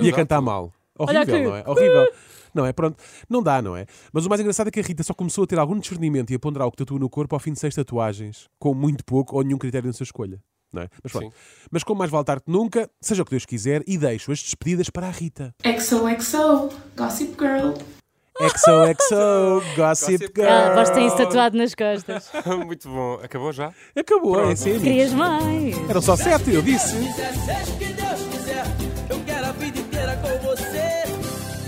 e a cantar mal. Horrível, que- não é? Horrível. Não é? Pronto, não dá, não é? Mas o mais engraçado é que a Rita só começou a ter algum discernimento e a ponderar o que tatua no corpo ao fim de seis tatuagens, com muito pouco ou nenhum critério na sua escolha. Não é? Mas pronto. Mas como mais vale tarde que nunca, seja o que Deus quiser, e deixo as despedidas para a Rita. XOXO, Gossip Girl. XOXO, Gossip Gossip Ah, Girl. vós têm isso tatuado nas costas. Muito bom. Acabou já? Acabou, é assim. amigos. Querias mais? Eram só sete, eu disse. Seja o que Deus quiser, eu quero a vida inteira com você.